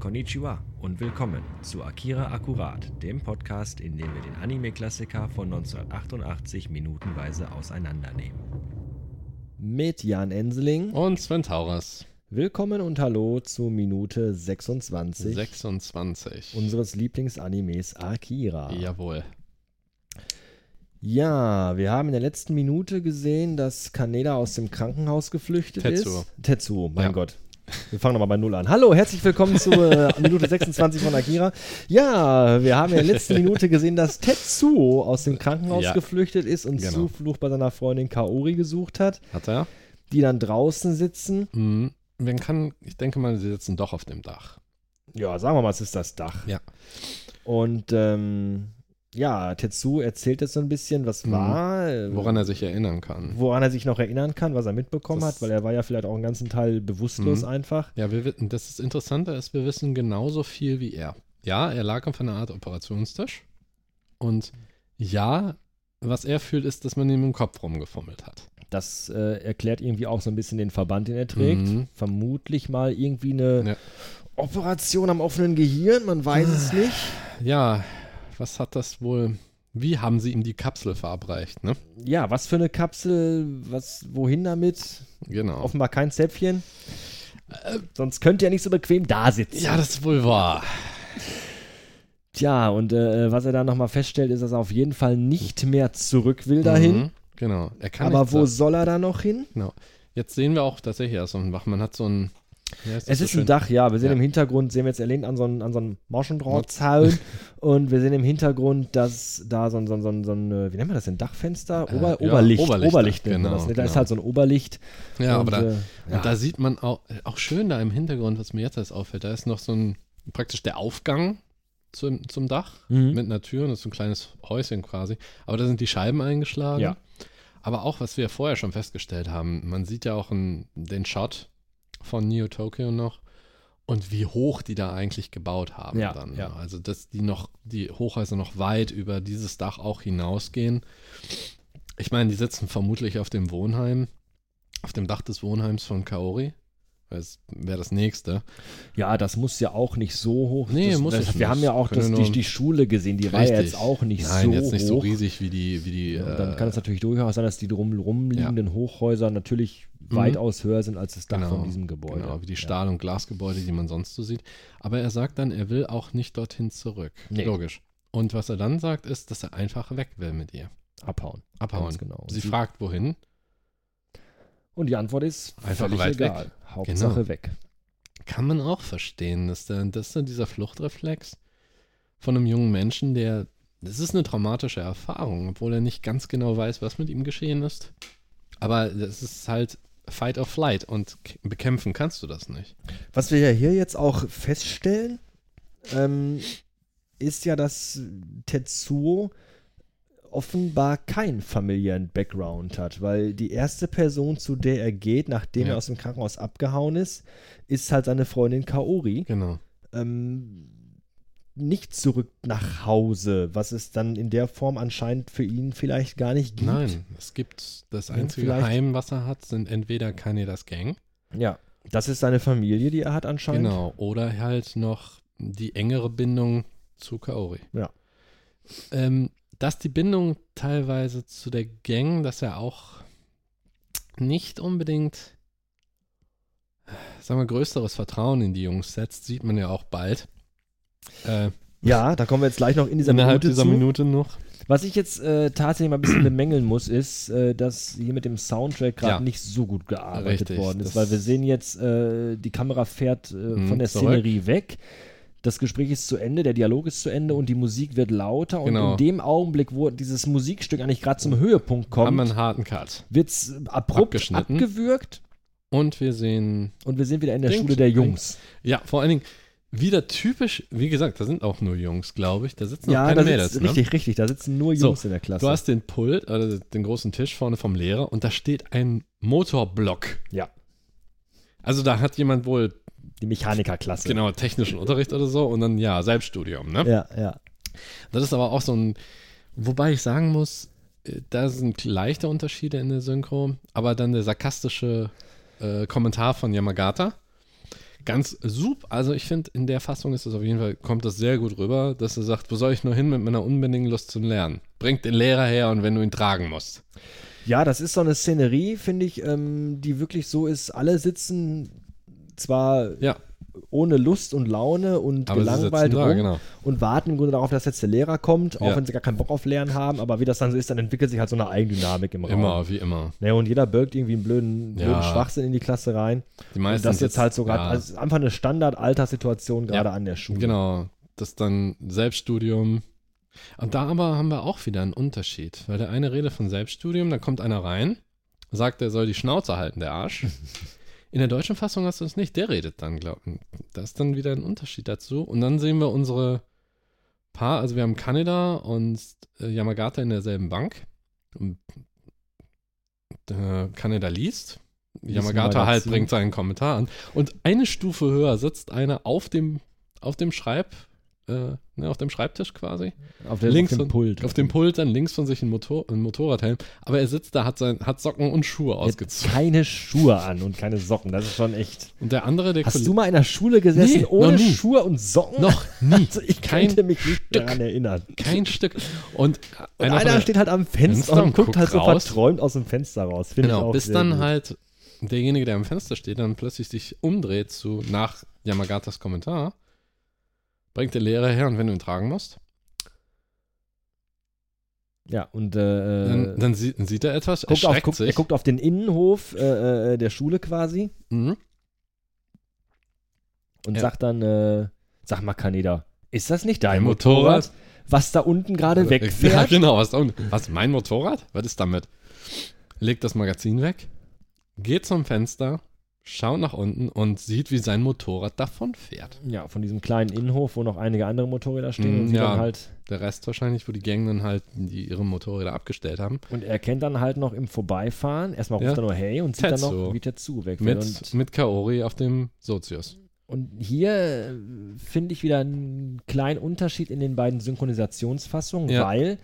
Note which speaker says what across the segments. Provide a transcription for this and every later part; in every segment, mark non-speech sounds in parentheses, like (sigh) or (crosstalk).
Speaker 1: Konnichiwa und willkommen zu Akira Akkurat, dem Podcast, in dem wir den Anime-Klassiker von 1988 minutenweise auseinandernehmen.
Speaker 2: Mit Jan Enseling.
Speaker 3: Und Sven Tauras.
Speaker 2: Willkommen und hallo zu Minute 26
Speaker 3: 26.
Speaker 2: unseres Lieblingsanimes Akira.
Speaker 3: Jawohl.
Speaker 2: Ja, wir haben in der letzten Minute gesehen, dass Kaneda aus dem Krankenhaus geflüchtet
Speaker 3: Tetsuo.
Speaker 2: ist. Tetsuo, mein
Speaker 3: Ja.
Speaker 2: Gott. Wir fangen nochmal bei Null an. Hallo, herzlich willkommen zu
Speaker 3: (laughs)
Speaker 2: äh, Minute 26 von Akira. Ja, wir haben in der letzten Minute gesehen, dass Tetsuo aus dem Krankenhaus
Speaker 3: Ja.
Speaker 2: geflüchtet ist und
Speaker 3: Genau.
Speaker 2: Zuflucht bei seiner Freundin Kaori gesucht hat,
Speaker 3: Hat er?
Speaker 2: die dann draußen sitzen.
Speaker 3: Mhm. Man kann, ich denke mal, sie sitzen doch auf dem Dach.
Speaker 2: Ja, sagen wir mal, es ist das Dach.
Speaker 3: Ja.
Speaker 2: Und ähm, ja, Tetsu erzählt jetzt so ein bisschen, was
Speaker 3: Mhm.
Speaker 2: war, äh,
Speaker 3: Woran er sich erinnern kann.
Speaker 2: woran er sich noch erinnern kann, was er mitbekommen
Speaker 3: Das-
Speaker 2: hat, weil er war ja vielleicht auch einen ganzen Teil bewusstlos
Speaker 3: Mhm.
Speaker 2: einfach.
Speaker 3: Ja, wir, wi- das ist interessanter ist, wir wissen genauso viel wie er. Ja, er lag auf einer Art Operationstisch. Und ja, was er fühlt, ist, dass man ihm im Kopf rumgefummelt hat.
Speaker 2: Das äh, erklärt irgendwie auch so ein bisschen den Verband, den er trägt.
Speaker 3: Mhm.
Speaker 2: Vermutlich mal irgendwie eine
Speaker 3: Ja. Ah.
Speaker 2: Operation am offenen Gehirn, man weiß es nicht.
Speaker 3: Ja, was hat das wohl? Wie haben sie ihm die Kapsel verabreicht, ne?
Speaker 2: Ja, was für eine Kapsel, was, wohin damit?
Speaker 3: Genau.
Speaker 2: Offenbar kein Zäpfchen. Sonst könnte er nicht so bequem da sitzen.
Speaker 3: ja, das ist wohl wahr.
Speaker 2: Tja, und äh, was er da nochmal feststellt, ist, dass er auf jeden Fall nicht mehr zurück will dahin.
Speaker 3: Mhm. Genau. Er kann
Speaker 2: Aber
Speaker 3: nicht
Speaker 2: wo
Speaker 3: sagen.
Speaker 2: soll er da noch hin?
Speaker 3: Genau. Jetzt sehen wir auch tatsächlich, ja, so ein Wachmann hat so ein. Ja,
Speaker 2: Es
Speaker 3: so
Speaker 2: ist
Speaker 3: schön?
Speaker 2: ein Dach, ja. Wir sehen
Speaker 3: Ja.
Speaker 2: im Hintergrund, sehen wir jetzt erlehnt an so einen, an so einen Maschendrahtzaun (laughs) und wir sehen im Hintergrund, dass da so ein, so ein, so ein, so ein äh, wie nennt man das denn, Dachfenster?
Speaker 3: Äh,
Speaker 2: Ober,
Speaker 3: ja,
Speaker 2: Oberlicht.
Speaker 3: Oberlicht,
Speaker 2: Oberlicht nennt man
Speaker 3: genau,
Speaker 2: das. ne? Da ist
Speaker 3: genau.
Speaker 2: halt so ein Oberlicht.
Speaker 3: Ja,
Speaker 2: und,
Speaker 3: aber da,
Speaker 2: äh, ja.
Speaker 3: und da sieht man auch, auch schön da im Hintergrund, was mir jetzt erst auffällt, da ist noch so ein praktisch der Aufgang zum, zum Dach
Speaker 2: Mhm.
Speaker 3: mit einer Tür und das ist so ein kleines Häuschen quasi. Aber da sind die Scheiben eingeschlagen.
Speaker 2: Ja.
Speaker 3: Aber auch, was wir vorher schon festgestellt haben, man sieht ja auch einen- den Shot von Neo Tokyo noch und wie hoch die da eigentlich gebaut haben
Speaker 2: Ja,
Speaker 3: dann.
Speaker 2: ja.
Speaker 3: Also dass die noch, die Hochhäuser noch weit über dieses Dach auch hinausgehen. Ich meine, die sitzen vermutlich auf dem Wohnheim, auf dem Dach des Wohnheims von Kaori. Das wäre das nächste.
Speaker 2: ja, das muss ja auch nicht so hoch.
Speaker 3: Nee,
Speaker 2: das,
Speaker 3: muss
Speaker 2: das,
Speaker 3: es
Speaker 2: Wir
Speaker 3: nicht.
Speaker 2: haben ja auch
Speaker 3: Können
Speaker 2: das,
Speaker 3: nur-
Speaker 2: die, die Schule gesehen, die war ja
Speaker 3: Richtig.
Speaker 2: jetzt auch nicht
Speaker 3: Nein,
Speaker 2: so
Speaker 3: jetzt nicht
Speaker 2: hoch.
Speaker 3: so riesig wie die, wie die.
Speaker 2: Und dann
Speaker 3: äh,
Speaker 2: kann es natürlich durchaus sein, dass die drum rumliegenden Hochhäuser natürlich weitaus höher sind als das Dach
Speaker 3: Mhm. Genau,
Speaker 2: von diesem Gebäude.
Speaker 3: Genau, wie die Stahl- und Glasgebäude, die man sonst so sieht. Aber er sagt dann, er will auch nicht dorthin zurück.
Speaker 2: Nee.
Speaker 3: Logisch. Und was er dann sagt, ist, dass er einfach weg will mit ihr.
Speaker 2: ja, abhauen.
Speaker 3: Abhauen.
Speaker 2: Ganz genau.
Speaker 3: Sie
Speaker 2: Die-
Speaker 3: fragt, wohin?
Speaker 2: Und die Antwort ist
Speaker 3: Einfach
Speaker 2: völlig
Speaker 3: weit
Speaker 2: egal.
Speaker 3: weg.
Speaker 2: Hauptsache
Speaker 3: Genau.
Speaker 2: weg.
Speaker 3: Kann man auch verstehen, dass dann dass dann dieser Fluchtreflex von einem jungen Menschen, der. Das ist eine traumatische Erfahrung, obwohl er nicht ganz genau weiß, was mit ihm geschehen ist. Aber es ist halt Fight or Flight und k- bekämpfen kannst du das nicht.
Speaker 2: Was wir ja hier jetzt auch feststellen, ähm, ist ja, dass Tetsuo offenbar keinen familiären Background hat, weil die erste Person, zu der er geht, nachdem
Speaker 3: Ja.
Speaker 2: er aus dem Krankenhaus abgehauen ist, ist halt seine Freundin Kaori.
Speaker 3: Genau.
Speaker 2: ähm, nicht zurück nach Hause, was es dann in der Form anscheinend für ihn vielleicht gar nicht gibt.
Speaker 3: Nein, es gibt das
Speaker 2: Ja,
Speaker 3: einzige
Speaker 2: vielleicht-
Speaker 3: Heim, was er hat, sind entweder Kanedas Gang,
Speaker 2: Ja. Das ist seine Familie, die er hat anscheinend.
Speaker 3: genau, oder halt noch die engere Bindung zu Kaori.
Speaker 2: Ja.
Speaker 3: Ähm, dass die Bindung teilweise zu der Gang, dass er auch nicht unbedingt, sagen wir, größeres Vertrauen in die Jungs setzt, sieht man ja auch bald. Äh,
Speaker 2: Ja, da kommen wir jetzt gleich noch in dieser
Speaker 3: innerhalb
Speaker 2: Minute
Speaker 3: dieser
Speaker 2: zu.
Speaker 3: Minute noch.
Speaker 2: Was ich jetzt äh, tatsächlich mal ein bisschen bemängeln muss, ist, äh, dass hier mit dem Soundtrack gerade
Speaker 3: Ja.
Speaker 2: nicht so gut gearbeitet
Speaker 3: Richtig,
Speaker 2: worden ist,
Speaker 3: das- Mhm,
Speaker 2: weil wir sehen jetzt, äh, die Kamera fährt äh, von der
Speaker 3: zurück.
Speaker 2: Szenerie weg. Das Gespräch ist zu Ende, der Dialog ist zu Ende und die Musik wird lauter. Und
Speaker 3: Genau.
Speaker 2: in dem Augenblick, wo dieses Musikstück eigentlich gerade zum Höhepunkt kommt,
Speaker 3: Haben wir einen harten Cut.
Speaker 2: wird es abrupt
Speaker 3: Abgeschnitten.
Speaker 2: abgewürgt
Speaker 3: Und wir sehen
Speaker 2: und wir sind wieder in der
Speaker 3: Klingt
Speaker 2: Schule der
Speaker 3: eigentlich-
Speaker 2: Jungs.
Speaker 3: Ja, vor allen Dingen wieder typisch, wie gesagt, da sind auch nur Jungs, glaube ich. Da sitzen auch
Speaker 2: da
Speaker 3: keine
Speaker 2: sitzt,
Speaker 3: Mädels. Ne?
Speaker 2: richtig, richtig, da sitzen nur
Speaker 3: So,
Speaker 2: Jungs in der Klasse.
Speaker 3: Du hast den Pult, also den großen Tisch vorne vom Lehrer und da steht ein Motorblock.
Speaker 2: ja,
Speaker 3: Also da hat jemand wohl
Speaker 2: die Mechanikerklasse.
Speaker 3: genau technischen Unterricht oder so und dann ja, Selbststudium, ne?
Speaker 2: Ja, ja.
Speaker 3: Das ist aber auch so ein, wobei ich sagen muss, äh, da sind leichte Unterschiede in der Synchro, aber dann der sarkastische äh, Kommentar von Yamagata ganz sup. Also ich finde, in der Fassung ist das auf jeden Fall, kommt das sehr gut rüber, dass er sagt, wo soll ich nur hin mit meiner unbedingten Lust zum Lernen? Bringt den Lehrer her und wenn du ihn tragen musst.
Speaker 2: Ja, das ist so eine Szenerie, finde ich, ähm, die wirklich so ist. Alle sitzen zwar
Speaker 3: Ja,
Speaker 2: ohne Lust und Laune und
Speaker 3: aber sie sitzen
Speaker 2: gelangweilt
Speaker 3: da,
Speaker 2: rum
Speaker 3: genau.
Speaker 2: und warten im Grunde darauf, dass jetzt der Lehrer kommt, auch
Speaker 3: Ja.
Speaker 2: wenn sie gar keinen Bock auf Lernen haben. Aber wie das dann so ist, dann entwickelt sich halt so eine Eigendynamik im Raum.
Speaker 3: Immer, wie immer.
Speaker 2: Naja, und jeder birgt irgendwie einen blöden, blöden
Speaker 3: Ja.
Speaker 2: Schwachsinn in die Klasse rein.
Speaker 3: Die
Speaker 2: Und
Speaker 3: meisten
Speaker 2: das jetzt
Speaker 3: sitzen-
Speaker 2: halt so gerade,
Speaker 3: ja.
Speaker 2: also es ist einfach eine Standard-Alterssituation gerade
Speaker 3: Ja.
Speaker 2: an der Schule.
Speaker 3: Genau, das dann Selbststudium. Und da aber haben wir auch wieder einen Unterschied, weil der eine redet von Selbststudium, dann kommt einer rein, sagt, er soll die Schnauze halten, der
Speaker 2: (laughs)
Speaker 3: Arsch. In der deutschen Fassung hast du es nicht, der redet dann, glauben. Da ist dann wieder ein Unterschied dazu. Und dann sehen wir unsere Paar, also wir haben Kaneda und äh, Yamagata in derselben Bank. Und, äh, Kaneda liest,
Speaker 2: mal
Speaker 3: Yamagata halt
Speaker 2: dazu.
Speaker 3: bringt seinen Kommentar an. Und eine Stufe höher sitzt einer auf dem, auf dem Schreib, äh, ne, auf dem Schreibtisch quasi.
Speaker 2: Auf, der,
Speaker 3: Links
Speaker 2: auf dem
Speaker 3: und-
Speaker 2: Pult.
Speaker 3: Auf dem Pult dann links von sich ein, Motor, ein Motorradhelm. Aber er sitzt da, hat, sein, hat Socken und Schuhe
Speaker 2: Der hat
Speaker 3: ausgezogen.
Speaker 2: Keine Schuhe an und keine Socken, das ist schon echt.
Speaker 3: Und der andere, der
Speaker 2: Hast
Speaker 3: Kollege-
Speaker 2: du mal in der Schule gesessen
Speaker 3: Nee, noch
Speaker 2: ohne
Speaker 3: nie.
Speaker 2: Schuhe und Socken?
Speaker 3: noch nie,
Speaker 2: (laughs) Also ich
Speaker 3: Kein
Speaker 2: könnte mich nicht
Speaker 3: Stück.
Speaker 2: daran erinnern.
Speaker 3: kein Stück. Und,
Speaker 2: Und einer,
Speaker 3: von der-
Speaker 2: steht halt am Fenster,
Speaker 3: Fenster
Speaker 2: und
Speaker 3: und
Speaker 2: guckt
Speaker 3: guckt
Speaker 2: halt so
Speaker 3: raus.
Speaker 2: verträumt aus dem Fenster raus. Finde ich
Speaker 3: Genau,
Speaker 2: auch
Speaker 3: bis
Speaker 2: sehr
Speaker 3: dann
Speaker 2: gut.
Speaker 3: halt derjenige, der am Fenster steht, dann plötzlich sich umdreht zu nach Yamagatas Kommentar, bringt der Lehrer her und wenn du ihn tragen musst,
Speaker 2: Ja, und äh,
Speaker 3: dann, dann sieht, sieht er etwas,
Speaker 2: guckt auf,
Speaker 3: erschreckt
Speaker 2: guckt, er
Speaker 3: sich.
Speaker 2: guckt auf den Innenhof äh, äh, der Schule quasi
Speaker 3: Mhm.
Speaker 2: und
Speaker 3: Ja.
Speaker 2: sagt dann, äh, sag mal, Kaneda, ist das nicht dein
Speaker 3: Dein
Speaker 2: Motorrad,
Speaker 3: Motorrad?
Speaker 2: was da unten gerade
Speaker 3: (laughs) Ja,
Speaker 2: wegfährt?
Speaker 3: genau. Was, da unten- was, mein Motorrad? Was ist damit? Legt das Magazin weg, geht zum Fenster, schaut nach unten und sieht, wie sein Motorrad davonfährt.
Speaker 2: Ja, von diesem kleinen Innenhof, wo noch einige andere Motorräder stehen und
Speaker 3: Mm,
Speaker 2: sie
Speaker 3: ja.
Speaker 2: dann halt
Speaker 3: Der Rest wahrscheinlich, wo die Gang dann halt die ihre Motorräder abgestellt haben.
Speaker 2: und er kennt dann halt noch im Vorbeifahren, erstmal ruft
Speaker 3: Ja.
Speaker 2: er nur hey und sieht dann noch,
Speaker 3: Tetsuo.
Speaker 2: wie Tetsu wegfährt und
Speaker 3: Mit, mit Kaori auf dem Sozius.
Speaker 2: Und hier äh, finde ich wieder einen kleinen Unterschied in den beiden Synchronisationsfassungen,
Speaker 3: Ja.
Speaker 2: weil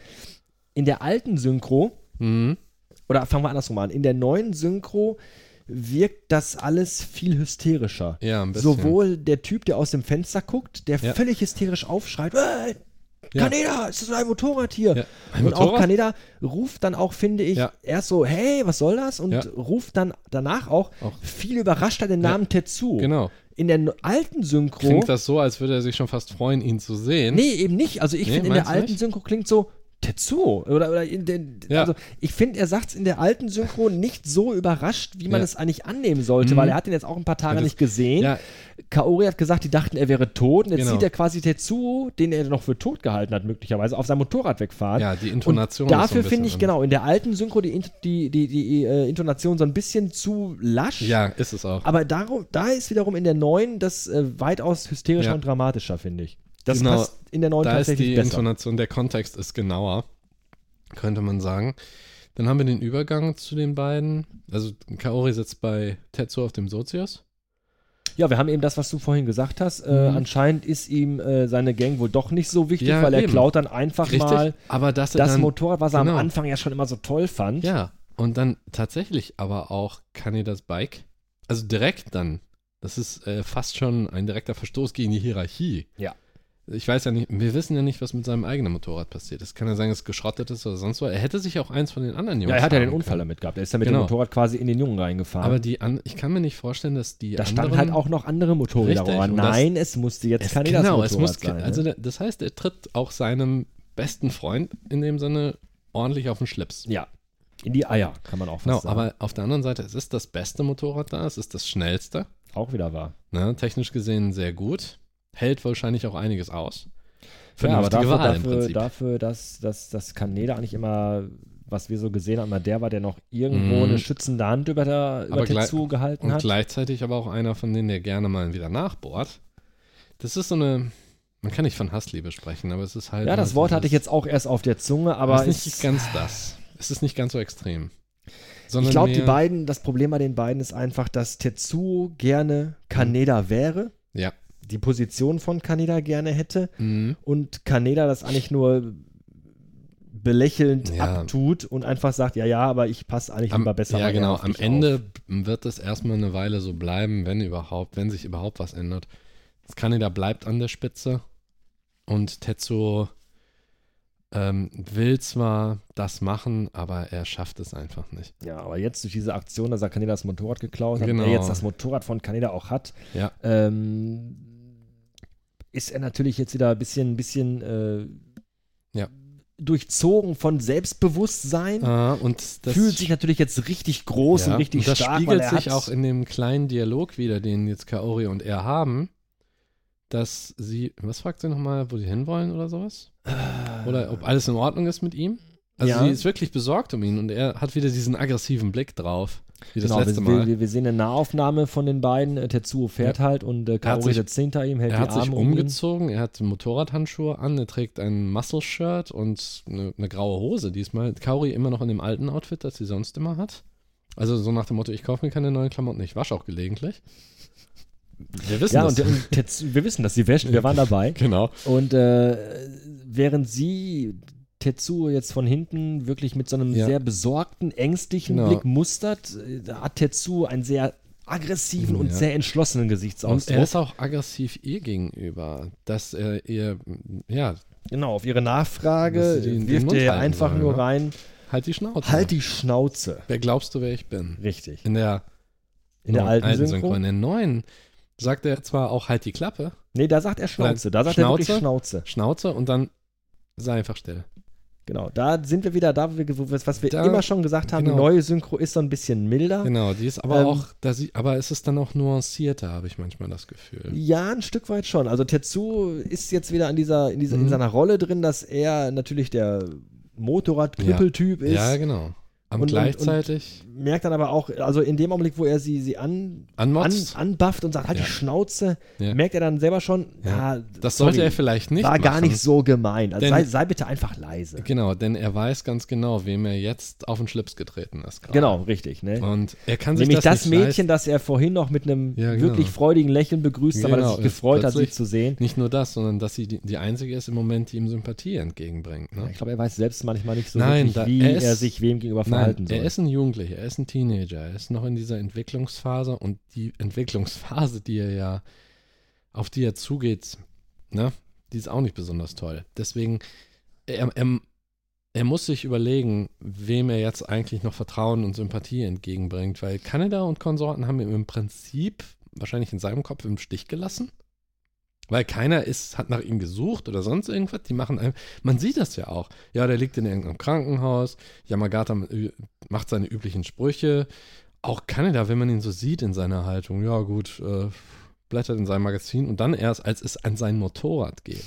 Speaker 2: in der alten Synchro,
Speaker 3: Mhm.
Speaker 2: oder fangen wir andersrum an, in der neuen Synchro wirkt das alles viel hysterischer.
Speaker 3: Ja, ein bisschen.
Speaker 2: Sowohl der Typ, der aus dem Fenster guckt, der
Speaker 3: Ja.
Speaker 2: völlig hysterisch aufschreit, äh,
Speaker 3: Ja.
Speaker 2: Kaneda, ist das ein Motorrad hier?
Speaker 3: Ja. Ein
Speaker 2: Und auch
Speaker 3: Motorrad?
Speaker 2: Kaneda ruft dann auch, finde ich,
Speaker 3: Ja.
Speaker 2: erst so, hey, was soll das? Und
Speaker 3: Ja.
Speaker 2: ruft dann danach auch,
Speaker 3: Auch.
Speaker 2: viel überraschter den
Speaker 3: Ja.
Speaker 2: Namen Tetsuo.
Speaker 3: Genau.
Speaker 2: In der no- alten Synchro
Speaker 3: Klingt das so, als würde er sich schon fast freuen, ihn zu sehen?
Speaker 2: Nee, eben nicht. Also ich
Speaker 3: Nee,
Speaker 2: finde, in der
Speaker 3: meinst du
Speaker 2: alten
Speaker 3: nicht?
Speaker 2: Synchro klingt so Tetsuo. Oder, oder in den,
Speaker 3: Ja.
Speaker 2: also ich finde, er sagt es in der alten Synchro nicht so überrascht, wie man
Speaker 3: Ja.
Speaker 2: es eigentlich annehmen sollte,
Speaker 3: Mhm.
Speaker 2: weil er hat ihn jetzt auch ein paar Tage
Speaker 3: Ja, das-
Speaker 2: nicht gesehen.
Speaker 3: Ja,
Speaker 2: Kaori hat gesagt, die dachten, er wäre tot. Und jetzt
Speaker 3: Genau.
Speaker 2: sieht er quasi Tetsuo, den er noch für tot gehalten hat, möglicherweise, auf sein Motorrad wegfahren.
Speaker 3: ja, die Intonation.
Speaker 2: Und dafür
Speaker 3: ist so ein bisschen
Speaker 2: finde ich,
Speaker 3: anders.
Speaker 2: genau, in der alten Synchro die, Int- die, die, die äh, Intonation so ein bisschen zu lasch.
Speaker 3: Ja, ist es auch.
Speaker 2: Aber darum, da ist wiederum in der neuen das äh, weitaus hysterischer
Speaker 3: Ja.
Speaker 2: und dramatischer, finde ich. Das
Speaker 3: Genau.
Speaker 2: passt in der neuen
Speaker 3: da ist
Speaker 2: tatsächlich
Speaker 3: die
Speaker 2: besser.
Speaker 3: Intonation, der Kontext ist genauer, könnte man sagen. Dann haben wir den Übergang zu den beiden. Also Kaori sitzt bei Tetsuo auf dem Sozius.
Speaker 2: Ja, wir haben eben das, was du vorhin gesagt hast. Äh,
Speaker 3: Mhm.
Speaker 2: Anscheinend ist ihm äh, seine Gang wohl doch nicht so wichtig,
Speaker 3: Ja,
Speaker 2: weil er
Speaker 3: eben.
Speaker 2: klaut dann einfach mal
Speaker 3: Aber dass er
Speaker 2: das
Speaker 3: dann,
Speaker 2: Motorrad, was er am
Speaker 3: genau.
Speaker 2: Anfang ja schon immer so toll fand.
Speaker 3: Ja, und dann tatsächlich aber auch Kanedas Bike. Also direkt dann. Das ist äh, fast schon ein direkter Verstoß gegen die Hierarchie.
Speaker 2: Ja.
Speaker 3: Ich weiß ja nicht, wir wissen ja nicht, was mit seinem eigenen Motorrad passiert ist. Kann ja sein, dass es geschrottet ist oder sonst was. Er hätte sich auch eins von den anderen Jungs.
Speaker 2: Ja, er hat ja den
Speaker 3: haben
Speaker 2: Unfall
Speaker 3: können.
Speaker 2: damit gehabt. Er ist ja mit
Speaker 3: Genau.
Speaker 2: dem Motorrad quasi in den Jungen reingefahren.
Speaker 3: Aber die an, ich kann mir nicht vorstellen, dass die
Speaker 2: da
Speaker 3: anderen
Speaker 2: standen halt auch noch andere Motorräder.
Speaker 3: Richtig,
Speaker 2: rum.
Speaker 3: und das-
Speaker 2: Nein, es musste jetzt
Speaker 3: Es,
Speaker 2: keine
Speaker 3: genau,
Speaker 2: das
Speaker 3: es
Speaker 2: Motorrad
Speaker 3: muss.
Speaker 2: sein.
Speaker 3: also,
Speaker 2: ne?
Speaker 3: der, das heißt, er tritt auch seinem besten Freund in dem Sinne ordentlich auf den Schlips.
Speaker 2: ja, in die Eier, kann man auch fast
Speaker 3: Genau,
Speaker 2: sagen.
Speaker 3: aber auf der anderen Seite, es ist das beste Motorrad da, es ist das schnellste.
Speaker 2: auch wieder wahr.
Speaker 3: Ne? Technisch gesehen sehr gut. Hält wahrscheinlich auch einiges aus.
Speaker 2: Ja, aber
Speaker 3: Vernünftige
Speaker 2: dafür,
Speaker 3: Wahl im
Speaker 2: dafür,
Speaker 3: Prinzip.
Speaker 2: dafür dass, dass, dass Kaneda eigentlich immer, was wir so gesehen haben, immer der war, der noch irgendwo
Speaker 3: Mhm.
Speaker 2: eine schützende Hand über, der, über
Speaker 3: Aber gleich-
Speaker 2: Tetsuo gehalten
Speaker 3: Und
Speaker 2: hat.
Speaker 3: gleichzeitig aber auch einer von denen, der gerne mal wieder nachbohrt. Das ist so eine. Man kann nicht von Hassliebe sprechen, aber es ist halt.
Speaker 2: Ja, das Wort hatte ich
Speaker 3: dieses-
Speaker 2: jetzt auch erst auf der Zunge,
Speaker 3: Aber
Speaker 2: aber
Speaker 3: es ist nicht
Speaker 2: ich,
Speaker 3: ganz das. Es ist nicht ganz so extrem.
Speaker 2: ich
Speaker 3: Sondern
Speaker 2: glaube, die
Speaker 3: mehr-
Speaker 2: beiden, das Problem bei den beiden ist einfach, dass Tetsuo gerne Kaneda wäre,
Speaker 3: Ja.
Speaker 2: die Position von Kaneda gerne hätte
Speaker 3: Mhm.
Speaker 2: und Kaneda das eigentlich nur belächelnd
Speaker 3: Ja.
Speaker 2: abtut und einfach sagt, ja, ja, aber ich passe eigentlich
Speaker 3: Am-
Speaker 2: immer besser.
Speaker 3: Ja,
Speaker 2: nachher
Speaker 3: genau.
Speaker 2: auf
Speaker 3: Am
Speaker 2: dich
Speaker 3: Ende
Speaker 2: auf.
Speaker 3: wird es erstmal eine Weile so bleiben, wenn überhaupt, wenn sich überhaupt was ändert. Das Kaneda bleibt an der Spitze und Tetsuo ähm, will zwar das machen, aber er schafft es einfach nicht.
Speaker 2: Ja, aber jetzt durch diese Aktion, dass er Kaneda das Motorrad geklaut hat,
Speaker 3: Genau.
Speaker 2: und er jetzt das Motorrad von Kaneda auch hat,
Speaker 3: Ja.
Speaker 2: ähm, ist er natürlich jetzt wieder ein bisschen, ein bisschen äh,
Speaker 3: Ja.
Speaker 2: durchzogen von Selbstbewusstsein.
Speaker 3: Ah, und das
Speaker 2: Fühlt sich natürlich jetzt richtig groß und richtig
Speaker 3: und das
Speaker 2: stark. weil
Speaker 3: spiegelt
Speaker 2: er
Speaker 3: sich
Speaker 2: hat,
Speaker 3: auch in dem kleinen Dialog wieder, den jetzt Kaori und er haben, dass sie, was fragt sie nochmal, wo sie hinwollen oder sowas? Oder ob alles in Ordnung ist mit ihm? Also
Speaker 2: Äh. Ja.
Speaker 3: sie ist wirklich besorgt um ihn und er hat wieder diesen aggressiven Blick drauf, wie das
Speaker 2: genau,
Speaker 3: letzte
Speaker 2: wir,
Speaker 3: Mal.
Speaker 2: Wir, wir sehen eine Nahaufnahme von den beiden. Äh, Tetsuo fährt halt und äh, Kaori
Speaker 3: sich-
Speaker 2: sitzt hinter ihm, hält
Speaker 3: er
Speaker 2: die
Speaker 3: hat
Speaker 2: Arme
Speaker 3: sich
Speaker 2: um ihn.
Speaker 3: umgezogen, er hat Motorradhandschuhe an, er trägt ein Muscle-Shirt und eine, eine graue Hose diesmal. Kaori immer noch in dem alten Outfit, das sie sonst immer hat. Also so nach dem Motto, ich kaufe mir keine neuen Klamotten, ich wasche auch gelegentlich. Wir wissen
Speaker 2: Ja,
Speaker 3: das.
Speaker 2: und, äh, und Tetsuo, wir wissen, dass sie wäscht, wir waren dabei.
Speaker 3: (laughs) Genau.
Speaker 2: Und äh, während sie Tetsuo jetzt von hinten wirklich mit so einem
Speaker 3: Ja.
Speaker 2: sehr besorgten, ängstlichen
Speaker 3: Genau.
Speaker 2: Blick mustert, äh, da hat Tetsuo einen sehr aggressiven und
Speaker 3: Ja.
Speaker 2: sehr entschlossenen
Speaker 3: Und er
Speaker 2: Gesichtsausdruck.
Speaker 3: ist auch aggressiv ihr gegenüber, dass er ihr, ja,
Speaker 2: Genau, auf ihre
Speaker 3: Dass
Speaker 2: Nachfrage
Speaker 3: sie die in den
Speaker 2: wirft
Speaker 3: Mund
Speaker 2: er
Speaker 3: halten
Speaker 2: einfach
Speaker 3: sollen,
Speaker 2: nur
Speaker 3: ne?
Speaker 2: rein,
Speaker 3: halt die Schnauze.
Speaker 2: halt die Schnauze.
Speaker 3: Wer glaubst du, wer ich bin?
Speaker 2: Richtig.
Speaker 3: In der,
Speaker 2: In der
Speaker 3: neuen-
Speaker 2: alten Synchro?
Speaker 3: In der neuen sagt er zwar auch halt die Klappe,
Speaker 2: Nee, da sagt er Schnauze. Da sagt er wirklich
Speaker 3: Schnauze?
Speaker 2: Schnauze.
Speaker 3: Schnauze und dann sei einfach still.
Speaker 2: Genau, da sind wir wieder da, wo wir, wo wir- was wir
Speaker 3: Da-
Speaker 2: immer schon gesagt haben, die
Speaker 3: genau.
Speaker 2: neue Synchro ist so ein bisschen milder.
Speaker 3: Genau, die ist aber
Speaker 2: Ähm,
Speaker 3: auch, da sie, aber es ist dann auch nuancierter, habe ich manchmal das Gefühl.
Speaker 2: Ja, ein Stück weit schon. Also Tetsu ist jetzt wieder in dieser, in dieser, in
Speaker 3: Mhm.
Speaker 2: seiner Rolle drin, dass er natürlich der Motorradknüppeltyp ist.
Speaker 3: Ja, genau.
Speaker 2: Und-
Speaker 3: Und,
Speaker 2: und-
Speaker 3: gleichzeitig
Speaker 2: Merkt dann aber auch, also in dem Augenblick, wo er sie, sie an, an,
Speaker 3: anmotzt.
Speaker 2: anbafft und sagt, halt
Speaker 3: Ja.
Speaker 2: die Schnauze,
Speaker 3: Ja.
Speaker 2: merkt er dann selber schon,
Speaker 3: Ja.
Speaker 2: ja,
Speaker 3: das sollte
Speaker 2: sorry,
Speaker 3: er vielleicht nicht
Speaker 2: War
Speaker 3: machen.
Speaker 2: gar nicht so gemeint. Also
Speaker 3: Denn-
Speaker 2: sei, sei bitte einfach leise.
Speaker 3: Genau, denn er weiß ganz genau, wem er jetzt auf den Schlips getreten ist. gerade.
Speaker 2: Genau, richtig. Ne?
Speaker 3: Und er kann sich
Speaker 2: Nämlich das,
Speaker 3: das, nicht
Speaker 2: Mädchen, das er vorhin noch mit einem
Speaker 3: Ja, genau.
Speaker 2: wirklich freudigen Lächeln begrüßt hat, weil er
Speaker 3: Genau,
Speaker 2: sich
Speaker 3: jetzt
Speaker 2: gefreut hat, sie
Speaker 3: plötzlich-
Speaker 2: zu sehen.
Speaker 3: Nicht nur das, sondern dass sie die, die einzige ist im Moment, die ihm Sympathie entgegenbringt. Ne?
Speaker 2: Ich glaube, er weiß selbst manchmal nicht so wirklich,
Speaker 3: Nein, da-
Speaker 2: wie er,
Speaker 3: er ist-
Speaker 2: sich wem gegenüber
Speaker 3: Nein,
Speaker 2: verhalten soll.
Speaker 3: er ist ein Jugendlicher, er ist ein Teenager, er ist noch in dieser Entwicklungsphase und die Entwicklungsphase, die er ja, auf die er zugeht, ne, die ist auch nicht besonders toll. Deswegen, er, er, er muss sich überlegen, wem er jetzt eigentlich noch Vertrauen und Sympathie entgegenbringt, weil Kanada und Konsorten haben ihn im Prinzip wahrscheinlich in seinem Kopf im Stich gelassen. Weil keiner ist, hat nach ihm gesucht oder sonst irgendwas. Die machen einem, man sieht das ja auch. Ja, der liegt in irgendeinem Krankenhaus. Yamagata äh, macht seine üblichen Sprüche. Auch Kaneda, wenn man ihn so sieht in seiner Haltung, ja gut, äh, blättert in sein Magazin und dann erst, als es an sein Motorrad geht,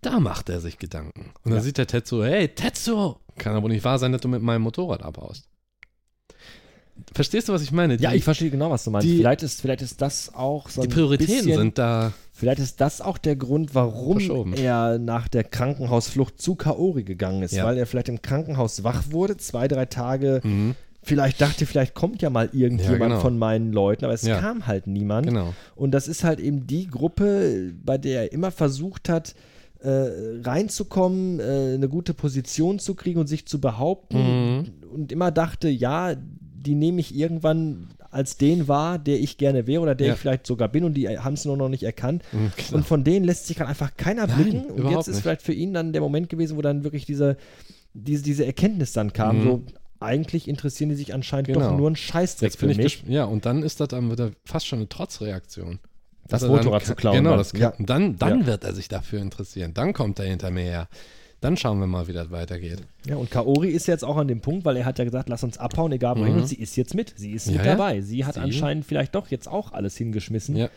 Speaker 3: da macht er sich Gedanken. Und dann
Speaker 2: Ja.
Speaker 3: sieht der Tetsuo, hey Tetsuo, kann aber nicht wahr sein, dass du mit meinem Motorrad abhaust. Verstehst du, was ich meine?
Speaker 2: ja,
Speaker 3: Die-
Speaker 2: ich verstehe genau, was du meinst.
Speaker 3: die-
Speaker 2: vielleicht, ist, vielleicht ist das auch so
Speaker 3: die
Speaker 2: ein
Speaker 3: Prioritäten
Speaker 2: bisschen,
Speaker 3: sind da
Speaker 2: Vielleicht ist das auch der Grund, warum
Speaker 3: Verschoben.
Speaker 2: er nach der Krankenhausflucht zu Kaori gegangen ist,
Speaker 3: Ja.
Speaker 2: weil er vielleicht im Krankenhaus wach wurde, zwei, drei Tage.
Speaker 3: Mhm,
Speaker 2: Vielleicht dachte, vielleicht kommt ja mal irgendjemand
Speaker 3: Ja, genau.
Speaker 2: von meinen Leuten, aber es
Speaker 3: Ja.
Speaker 2: kam halt niemand.
Speaker 3: Genau.
Speaker 2: Und das ist halt eben die Gruppe, bei der er immer versucht hat, äh, reinzukommen, äh, eine gute Position zu kriegen und sich zu
Speaker 3: Mhm.
Speaker 2: behaupten. Und immer dachte, ja, die nehme ich irgendwann als den wahr, der ich gerne wäre oder der
Speaker 3: Ja.
Speaker 2: ich vielleicht sogar bin und die haben es nur noch nicht erkannt.
Speaker 3: Mhm, klar.
Speaker 2: Und von denen lässt sich gerade einfach keiner
Speaker 3: Nein,
Speaker 2: blicken. Und
Speaker 3: überhaupt
Speaker 2: jetzt ist
Speaker 3: nicht.
Speaker 2: vielleicht für ihn dann der Moment gewesen, wo dann wirklich diese, diese, diese Erkenntnis dann kam.
Speaker 3: Mhm.
Speaker 2: So, eigentlich interessieren die sich anscheinend doch
Speaker 3: Genau.
Speaker 2: nur einen Scheißdreck
Speaker 3: Jetzt
Speaker 2: für
Speaker 3: bin ich
Speaker 2: mich.
Speaker 3: gesp- Ja, und dann ist das dann wieder fast schon eine Trotzreaktion.
Speaker 2: Das
Speaker 3: Dass er dann
Speaker 2: Motorrad
Speaker 3: ka-
Speaker 2: zu klauen
Speaker 3: Genau,
Speaker 2: dann.
Speaker 3: das kann,
Speaker 2: Ja.
Speaker 3: dann, dann
Speaker 2: Ja.
Speaker 3: wird er sich dafür interessieren. Dann kommt er hinter mir her. Dann schauen wir mal, wie das weitergeht.
Speaker 2: Ja, und Kaori ist jetzt auch an dem Punkt, weil er hat ja gesagt, lass uns abhauen, egal wohin.
Speaker 3: Mhm.
Speaker 2: Und sie ist jetzt mit. Sie ist
Speaker 3: Ja,
Speaker 2: mit
Speaker 3: ja.
Speaker 2: dabei. Sie hat
Speaker 3: Sie-
Speaker 2: anscheinend vielleicht doch jetzt auch alles hingeschmissen
Speaker 3: Ja.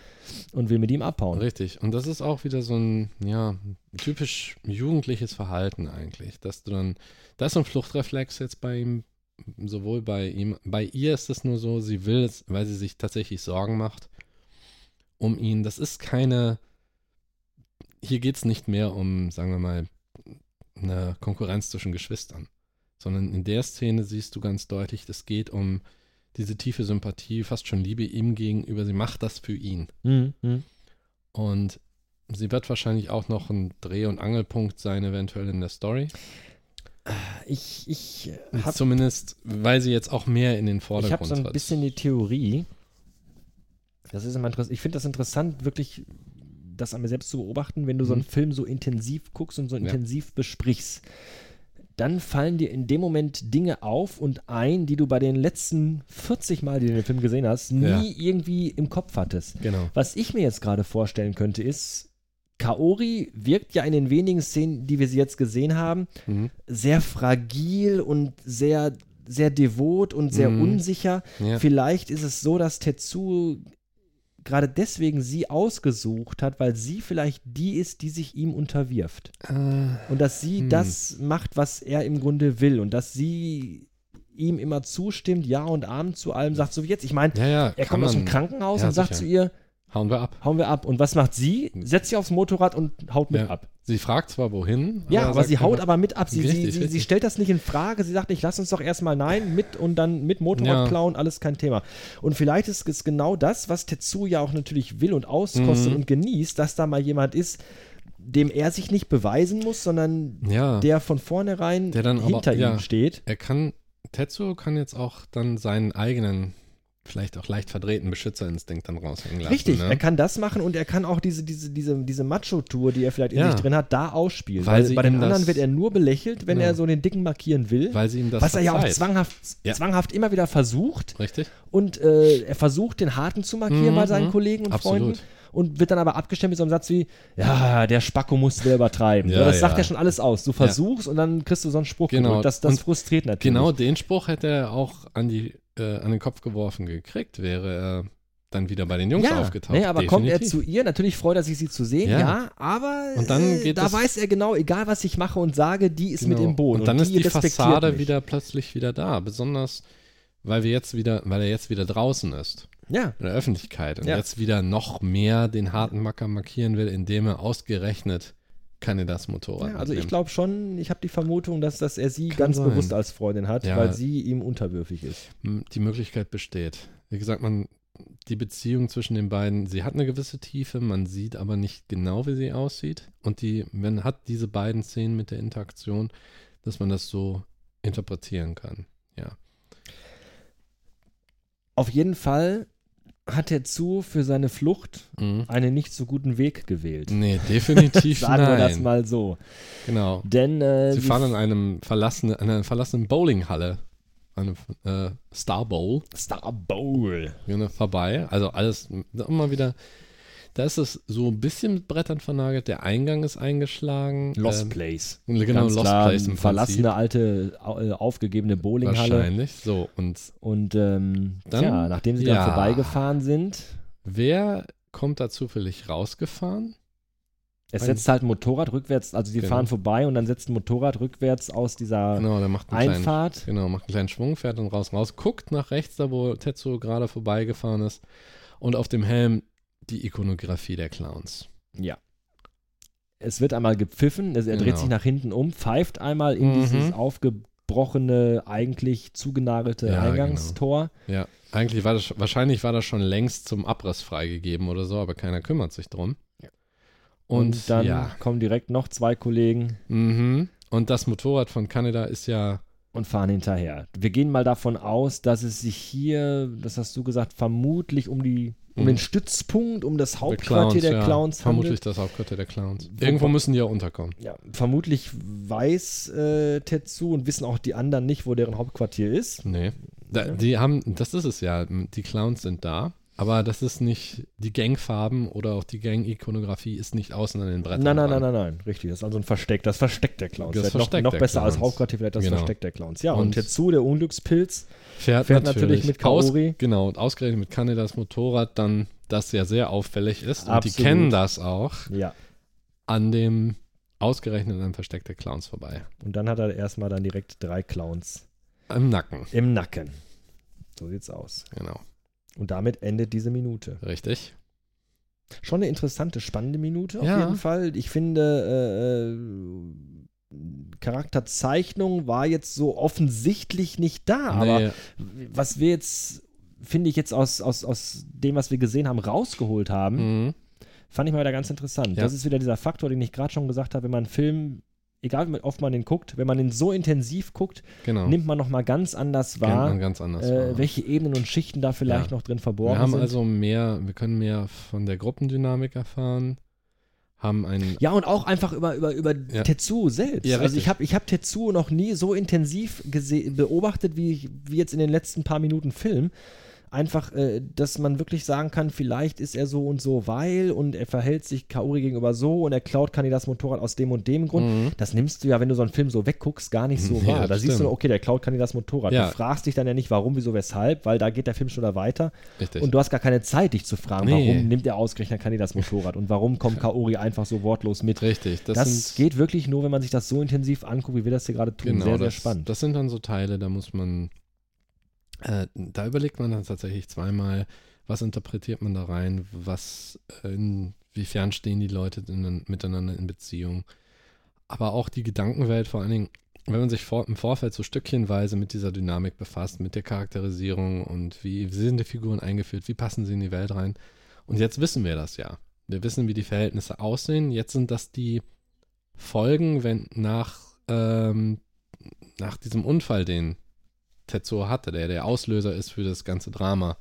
Speaker 2: und will mit ihm abhauen.
Speaker 3: Richtig. Und das ist auch wieder so ein, ja, typisch jugendliches Verhalten eigentlich, dass du dann, das ist so ein Fluchtreflex jetzt bei ihm, sowohl bei ihm, bei ihr ist es nur so, sie will es, weil sie sich tatsächlich Sorgen macht um ihn. Das ist keine, hier geht es nicht mehr um, sagen wir mal, eine Konkurrenz zwischen Geschwistern, sondern in der Szene siehst du ganz deutlich, es geht um diese tiefe Sympathie, fast schon Liebe ihm gegenüber. Sie macht das für ihn.
Speaker 2: Mhm. Mhm.
Speaker 3: Und sie wird wahrscheinlich auch noch ein Dreh- und Angelpunkt sein, eventuell in der Story.
Speaker 2: Ich, ich habe
Speaker 3: Zumindest, weil sie jetzt auch mehr in den
Speaker 2: Ich
Speaker 3: Vordergrund
Speaker 2: habe so ein
Speaker 3: tritt.
Speaker 2: bisschen die Theorie, das ist immer interessant, ich finde das interessant, wirklich das an mir selbst zu beobachten, wenn du so einen
Speaker 3: Mhm.
Speaker 2: Film so intensiv guckst und so
Speaker 3: Ja.
Speaker 2: intensiv besprichst, dann fallen dir in dem Moment Dinge auf und ein, die du bei den letzten 40 Mal, die du den Film gesehen hast, nie
Speaker 3: Ja.
Speaker 2: irgendwie im Kopf hattest.
Speaker 3: Genau.
Speaker 2: Was ich mir jetzt gerade vorstellen könnte, ist, Kaori wirkt ja in den wenigen Szenen, die wir sie jetzt gesehen haben,
Speaker 3: Mhm.
Speaker 2: sehr fragil und sehr, sehr devot und sehr
Speaker 3: Mhm.
Speaker 2: unsicher.
Speaker 3: Ja.
Speaker 2: Vielleicht ist es so, dass Tetsuo gerade deswegen sie ausgesucht hat, weil sie vielleicht die ist, die sich ihm unterwirft.
Speaker 3: Äh,
Speaker 2: Und dass sie
Speaker 3: Hm.
Speaker 2: das macht, was er im Grunde will. Und dass sie ihm immer zustimmt, ja und Abend zu allem, sagt so wie jetzt. Ich meine,
Speaker 3: ja, ja.
Speaker 2: er
Speaker 3: kann
Speaker 2: kommt aus dem
Speaker 3: man.
Speaker 2: Krankenhaus
Speaker 3: Ja,
Speaker 2: und sagt
Speaker 3: sicher.
Speaker 2: zu ihr,
Speaker 3: Hauen wir ab.
Speaker 2: hauen wir ab. Und was macht sie? Setzt sie aufs Motorrad und haut mit
Speaker 3: Ja.
Speaker 2: ab.
Speaker 3: Sie fragt zwar wohin.
Speaker 2: Ja, aber,
Speaker 3: sagt
Speaker 2: sie haut
Speaker 3: einfach,
Speaker 2: aber mit ab. Sie, sie,
Speaker 3: Richtig,
Speaker 2: sie, sie
Speaker 3: richtig.
Speaker 2: stellt das nicht in Frage. Sie sagt nicht, lass uns doch erstmal nein, mit und dann mit Motorrad
Speaker 3: Ja.
Speaker 2: klauen, alles kein Thema. Und vielleicht ist es genau das, was Tetsu ja auch natürlich will und auskostet
Speaker 3: Mhm.
Speaker 2: und genießt, dass da mal jemand ist, dem er sich nicht beweisen muss, sondern
Speaker 3: Ja.
Speaker 2: der von vornherein
Speaker 3: Der dann aber-
Speaker 2: hinter ihm
Speaker 3: ja.
Speaker 2: steht.
Speaker 3: Er kann, Tetsuo kann jetzt auch dann seinen eigenen, vielleicht auch leicht verdrehten Beschützerinstinkt dann raushängen lassen.
Speaker 2: Richtig,
Speaker 3: ne?
Speaker 2: er kann das machen und er kann auch diese, diese, diese, diese Macho-Tour, die er vielleicht in
Speaker 3: Ja.
Speaker 2: sich drin hat, da ausspielen.
Speaker 3: Weil
Speaker 2: Weil,
Speaker 3: sie
Speaker 2: bei den
Speaker 3: ihm das-
Speaker 2: anderen wird er nur belächelt, wenn
Speaker 3: Ja.
Speaker 2: er so den Dicken markieren will.
Speaker 3: Weil sie ihm das
Speaker 2: was er ja auch
Speaker 3: verzeiht.
Speaker 2: zwanghaft,
Speaker 3: Ja.
Speaker 2: zwanghaft immer wieder versucht.
Speaker 3: Richtig?
Speaker 2: Und äh, er versucht, den Harten zu markieren bei seinen
Speaker 3: Mhm.
Speaker 2: Kollegen und
Speaker 3: Absolut.
Speaker 2: Freunden. Und wird dann aber abgestimmt mit so einem Satz wie: Ja, der Spacko muss wieder übertreiben.
Speaker 3: Ja,
Speaker 2: das sagt
Speaker 3: ja.
Speaker 2: ja schon alles aus. Du versuchst und dann kriegst du so einen Spruch.
Speaker 3: Genau.
Speaker 2: gedrückt. Das, das
Speaker 3: Und
Speaker 2: frustriert natürlich.
Speaker 3: Genau den Spruch hätte er auch an, die, äh, an den Kopf geworfen gekriegt, wäre er dann wieder bei den Jungs
Speaker 2: ja,
Speaker 3: aufgetaucht.
Speaker 2: nee, aber kommt er
Speaker 3: Definitiv.
Speaker 2: zu ihr, natürlich freut er sich, sie zu sehen, ja,
Speaker 3: Ja.
Speaker 2: aber
Speaker 3: Und dann
Speaker 2: äh,
Speaker 3: geht
Speaker 2: da
Speaker 3: das-
Speaker 2: weiß er genau, egal was ich mache und sage, die ist mit
Speaker 3: Genau.
Speaker 2: im Boot.
Speaker 3: Und dann ist die
Speaker 2: respektiert
Speaker 3: Fassade
Speaker 2: mich.
Speaker 3: wieder plötzlich wieder da. Besonders, weil wir jetzt wieder, weil er jetzt wieder draußen ist.
Speaker 2: Ja,
Speaker 3: In der Öffentlichkeit. Und
Speaker 2: Ja.
Speaker 3: jetzt wieder noch mehr den harten Macker markieren will, indem er ausgerechnet kann er das Motorrad
Speaker 2: ja also ich
Speaker 3: mitnimmt.
Speaker 2: glaube schon, ich habe die Vermutung, dass, dass er sie
Speaker 3: Kann
Speaker 2: ganz
Speaker 3: sein.
Speaker 2: bewusst als Freundin hat,
Speaker 3: Ja.
Speaker 2: weil sie ihm unterwürfig ist.
Speaker 3: m- die Möglichkeit besteht. Wie gesagt, man, die Beziehung zwischen den beiden, sie hat eine gewisse Tiefe, man sieht aber nicht genau, wie sie aussieht. Und die, man hat diese beiden Szenen mit der Interaktion, dass man das so interpretieren kann.
Speaker 2: Auf jeden Fall hat er zu für seine Flucht
Speaker 3: Mhm.
Speaker 2: einen nicht so guten Weg gewählt.
Speaker 3: Nee,
Speaker 2: (laughs)
Speaker 3: definitiv
Speaker 2: Sagen wir das
Speaker 3: Hm. nein.
Speaker 2: mal so.
Speaker 3: Genau.
Speaker 2: Denn äh,
Speaker 3: Sie
Speaker 2: sie-
Speaker 3: fahren an einem verlassenen, an einer verlassenen Bowlinghalle, an einem äh, Star Bowl,
Speaker 2: Star Bowl.
Speaker 3: Junge, vorbei. Also alles immer wieder. Da ist es so ein bisschen mit Brettern vernagelt. Der Eingang ist eingeschlagen.
Speaker 2: Lost
Speaker 3: ähm,
Speaker 2: Place.
Speaker 3: Genau,
Speaker 2: Ganz
Speaker 3: Lost
Speaker 2: klar,
Speaker 3: Place im
Speaker 2: verlassene alte au- äh, aufgegebene
Speaker 3: Prinzip.
Speaker 2: Bowlinghalle.
Speaker 3: Wahrscheinlich. So, und
Speaker 2: Und ähm,
Speaker 3: Dann-
Speaker 2: ja, nachdem sie
Speaker 3: ja.
Speaker 2: dann vorbeigefahren sind,
Speaker 3: wer kommt da zufällig rausgefahren?
Speaker 2: es
Speaker 3: Ein-
Speaker 2: setzt halt ein Motorrad rückwärts, also sie
Speaker 3: Genau.
Speaker 2: fahren vorbei und dann setzt ein Motorrad rückwärts aus dieser
Speaker 3: Genau, der macht einen kleinen,
Speaker 2: Einfahrt.
Speaker 3: genau, macht einen kleinen Schwung, fährt dann raus, raus, guckt nach rechts, da wo Tetsuo gerade vorbeigefahren ist. Und auf dem Helm die Ikonografie der Clowns.
Speaker 2: Ja. Es wird einmal gepfiffen, also er dreht
Speaker 3: Genau.
Speaker 2: sich nach hinten um, pfeift einmal in
Speaker 3: Mhm.
Speaker 2: dieses aufgebrochene, eigentlich zugenagelte
Speaker 3: Ja, genau.
Speaker 2: Eingangstor.
Speaker 3: Ja, eigentlich war das, wahrscheinlich war das schon längst zum Abriss freigegeben oder so, aber keiner kümmert sich drum. Und,
Speaker 2: Und, dann
Speaker 3: ja.
Speaker 2: kommen direkt noch zwei Kollegen
Speaker 3: Mhm. Und das Motorrad von Kanada ist ja
Speaker 2: und fahren hinterher. Wir gehen mal davon aus, dass es sich hier, das hast du gesagt, vermutlich um die um
Speaker 3: Mhm.
Speaker 2: den Stützpunkt, um das
Speaker 3: der
Speaker 2: Hauptquartier der
Speaker 3: ja,
Speaker 2: Clowns
Speaker 3: Vermutlich
Speaker 2: handelt.
Speaker 3: das Hauptquartier der Clowns.
Speaker 2: Wo-
Speaker 3: Irgendwo müssen die ja unterkommen.
Speaker 2: Ja, vermutlich weiß äh, Tetsu und wissen auch die anderen nicht, wo deren Hauptquartier ist.
Speaker 3: Nee. Da, Die haben, das ist es ja, die Clowns sind da, aber das ist nicht, die Gangfarben oder auch die Gang-Ikonografie ist nicht außen an den Brettern.
Speaker 2: Nein, nein,
Speaker 3: dran.
Speaker 2: nein, nein, nein, richtig. Das ist also ein Versteck, das Versteck der Clowns.
Speaker 3: Das
Speaker 2: Vielleicht
Speaker 3: Versteck
Speaker 2: noch noch
Speaker 3: der
Speaker 2: besser als
Speaker 3: Clowns.
Speaker 2: Hauptquartier, vielleicht das
Speaker 3: Genau.
Speaker 2: Versteck der Clowns. Ja, und,
Speaker 3: Und-
Speaker 2: Tetsu, der Unglückspilz,
Speaker 3: Fährt,
Speaker 2: fährt
Speaker 3: natürlich,
Speaker 2: natürlich mit Kaori.
Speaker 3: Aus, genau, und ausgerechnet mit Kanadas Motorrad dann, das ja sehr auffällig ist. Und die
Speaker 2: Absolut.
Speaker 3: kennen das auch,
Speaker 2: ja.
Speaker 3: an dem ausgerechnet an Versteck der Clowns vorbei.
Speaker 2: Und dann hat er erstmal dann direkt drei Clowns
Speaker 3: Im Nacken,
Speaker 2: im Nacken. So sieht's aus.
Speaker 3: genau.
Speaker 2: Und damit endet diese Minute.
Speaker 3: Richtig.
Speaker 2: Schon eine interessante, spannende Minute auf
Speaker 3: Ja.
Speaker 2: jeden Fall. Ich finde, äh, äh, Charakterzeichnung war jetzt so offensichtlich nicht da, aber
Speaker 3: Nee,
Speaker 2: was wir jetzt, finde ich, jetzt aus, aus, aus dem, was wir gesehen haben, rausgeholt haben,
Speaker 3: mhm.
Speaker 2: Fand ich mal wieder ganz interessant.
Speaker 3: Ja.
Speaker 2: Das ist wieder dieser Faktor, den ich gerade schon gesagt habe, wenn man einen Film, egal wie oft man den guckt, wenn man den so intensiv guckt,
Speaker 3: Genau.
Speaker 2: nimmt man nochmal ganz anders
Speaker 3: Kennt
Speaker 2: wahr,
Speaker 3: man ganz anders. wahr.
Speaker 2: äh, welche Ebenen und Schichten da vielleicht
Speaker 3: Ja.
Speaker 2: noch drin verborgen
Speaker 3: wir haben
Speaker 2: sind.
Speaker 3: also mehr, wir können mehr von der Gruppendynamik erfahren, haben einen
Speaker 2: ja, und auch einfach über, über, über
Speaker 3: Ja.
Speaker 2: Tetsuo selbst.
Speaker 3: Ja,
Speaker 2: also
Speaker 3: richtig.
Speaker 2: ich habe ich hab Tetsuo noch nie so intensiv gese- beobachtet, wie, ich, wie jetzt in den letzten paar Minuten Film. Einfach, äh, dass man wirklich sagen kann, vielleicht ist er so und so, weil und er verhält sich Kaori gegenüber so und er klaut Kani das Motorrad aus dem und dem Grund.
Speaker 3: Mhm.
Speaker 2: Das nimmst du ja, wenn du so einen Film so wegguckst, gar nicht so
Speaker 3: (laughs) Ja,
Speaker 2: wahr.
Speaker 3: das
Speaker 2: da siehst du,
Speaker 3: stimmt.
Speaker 2: nur, okay, der klaut Kani das Motorrad.
Speaker 3: Ja.
Speaker 2: Du fragst dich dann ja nicht, warum, wieso, weshalb, weil da geht der Film schon da weiter.
Speaker 3: richtig.
Speaker 2: Und du hast gar keine Zeit, dich zu fragen,
Speaker 3: Nee.
Speaker 2: warum nimmt er ausgerechnet Kani das Motorrad und warum kommt Kaori einfach so wortlos mit.
Speaker 3: richtig. Das,
Speaker 2: Das,
Speaker 3: sind,
Speaker 2: geht wirklich nur, wenn man sich das so intensiv anguckt, wie wir das hier gerade tun.
Speaker 3: genau,
Speaker 2: sehr,
Speaker 3: das,
Speaker 2: sehr spannend.
Speaker 3: Das sind dann so Teile, da muss man, äh, da überlegt man dann tatsächlich zweimal, was interpretiert man da rein, was, äh, inwiefern stehen die Leute denn, miteinander in Beziehung. Aber auch die Gedankenwelt, vor allen Dingen, wenn man sich vor, im Vorfeld so stückchenweise mit dieser Dynamik befasst, mit der Charakterisierung und wie sind die Figuren eingeführt, wie passen sie in die Welt rein. Und jetzt wissen wir das ja. Wir wissen, wie die Verhältnisse aussehen. Jetzt sind das die Folgen, wenn nach, ähm, nach diesem Unfall, den Tetsuo hatte, der der Auslöser ist für das ganze Drama,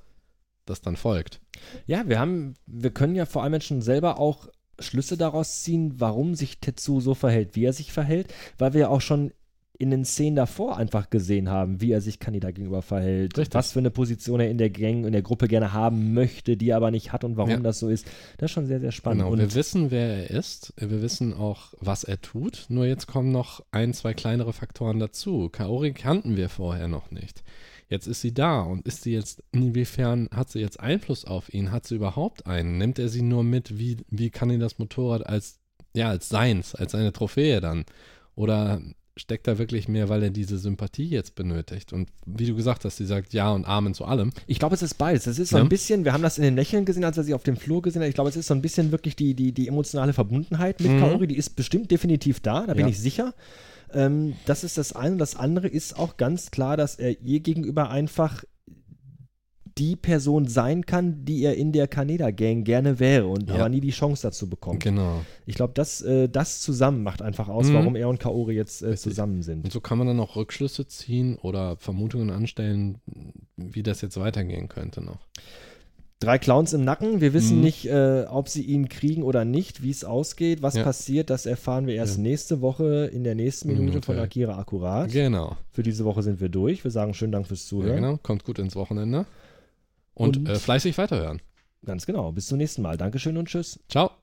Speaker 3: das dann folgt.
Speaker 2: Ja, wir haben, wir können ja vor allem jetzt schon selber auch Schlüsse daraus ziehen, warum sich Tetsu so verhält, wie er sich verhält, weil wir ja auch schon in den Szenen davor einfach gesehen haben, wie er sich Kanida gegenüber verhält,
Speaker 3: Richtig.
Speaker 2: was für eine Position er in der Gang, in der Gruppe gerne haben möchte, die er aber nicht hat und warum
Speaker 3: Ja.
Speaker 2: das so ist. Das ist schon sehr, sehr spannend.
Speaker 3: Genau, wir
Speaker 2: und
Speaker 3: wissen, wer er ist. Wir wissen auch, was er tut. Nur jetzt kommen noch ein, zwei kleinere Faktoren dazu. Kaori kannten wir vorher noch nicht. Jetzt ist sie da und ist sie jetzt, inwiefern hat sie jetzt Einfluss auf ihn? Hat sie überhaupt einen? Nimmt er sie nur mit? Wie, wie kann ihn das Motorrad als, ja, als seins, als seine Trophäe dann? Oder steckt da wirklich mehr, weil er diese Sympathie jetzt benötigt? Und wie du gesagt hast, sie sagt Ja und Amen zu allem.
Speaker 2: ich glaube, es ist beides. Es ist so
Speaker 3: Ja.
Speaker 2: ein bisschen, wir haben das in den Lächeln gesehen, als er sie auf dem Flur gesehen hat. Ich glaube, es ist so ein bisschen wirklich die, die, die emotionale Verbundenheit mit
Speaker 3: Mhm.
Speaker 2: Kaori, die ist bestimmt definitiv da, da bin
Speaker 3: Ja.
Speaker 2: ich sicher. Ähm, das ist das eine. Und das andere ist auch ganz klar, dass er ihr gegenüber einfach die Person sein kann, die er in der Kaneda-Gang gerne wäre und
Speaker 3: Ja.
Speaker 2: aber nie die Chance dazu bekommt.
Speaker 3: Genau.
Speaker 2: Ich glaube, das, äh, das zusammen macht einfach aus,
Speaker 3: Mhm.
Speaker 2: warum er und Kaori jetzt äh,
Speaker 3: Richtig.
Speaker 2: zusammen sind.
Speaker 3: Und so kann man dann auch Rückschlüsse ziehen oder Vermutungen anstellen, wie das jetzt weitergehen könnte noch.
Speaker 2: drei Clowns im Nacken. Wir wissen
Speaker 3: Mhm.
Speaker 2: nicht, äh, ob sie ihn kriegen oder nicht, wie es ausgeht, was
Speaker 3: Ja.
Speaker 2: passiert. Das erfahren wir erst
Speaker 3: Ja.
Speaker 2: nächste Woche in der nächsten
Speaker 3: Minute.
Speaker 2: Minute von Akira Akkurat.
Speaker 3: Genau.
Speaker 2: Für diese Woche sind wir durch. Wir sagen schönen Dank fürs Zuhören.
Speaker 3: Ja, genau. Kommt gut ins Wochenende. Und,
Speaker 2: Und-
Speaker 3: äh, fleißig weiterhören.
Speaker 2: Ganz genau. Bis zum nächsten Mal. Dankeschön und tschüss.
Speaker 3: Ciao.